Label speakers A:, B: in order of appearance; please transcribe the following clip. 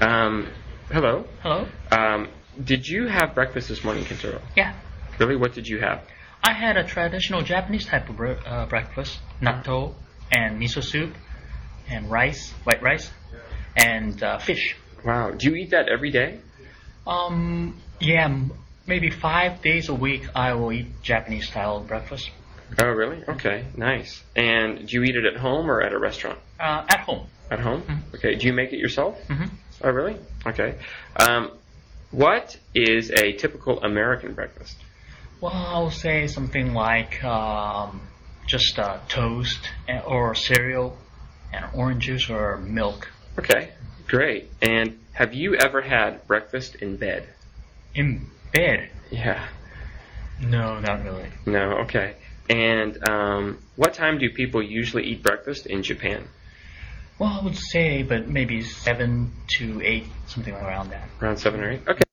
A: Um, hello.
B: Hello?
A: Um, did you have breakfast this morning, Kintaro?
B: Yeah.
A: Really? What did you have?
B: I had a traditional Japanese type of bre- uh, breakfast natto and miso soup and rice, white rice, and uh, fish.
A: Wow. Do you eat that every day?
B: Um, yeah, m- maybe five days a week I will eat Japanese style breakfast
A: Oh, really? Okay. Nice. And do you eat it at home or at a restaurant?
B: uh, at home.
A: At home. Okay. Do you make it yourself?
B: hmm
A: Oh, really? Okay. Um, what is a typical American breakfast?
B: Well, I'll say something like um, just uh, toast and, or cereal and orange juice or milk
A: Okay. Great. And have you ever had breakfast in bed?
B: in bed.
A: Yeah.
B: No, not really.
A: No. Okay. And um, what time do people usually eat breakfast in Japan?
B: Well, I would say, but maybe seven to eight, something around that.
A: Around seven or eight. Okay.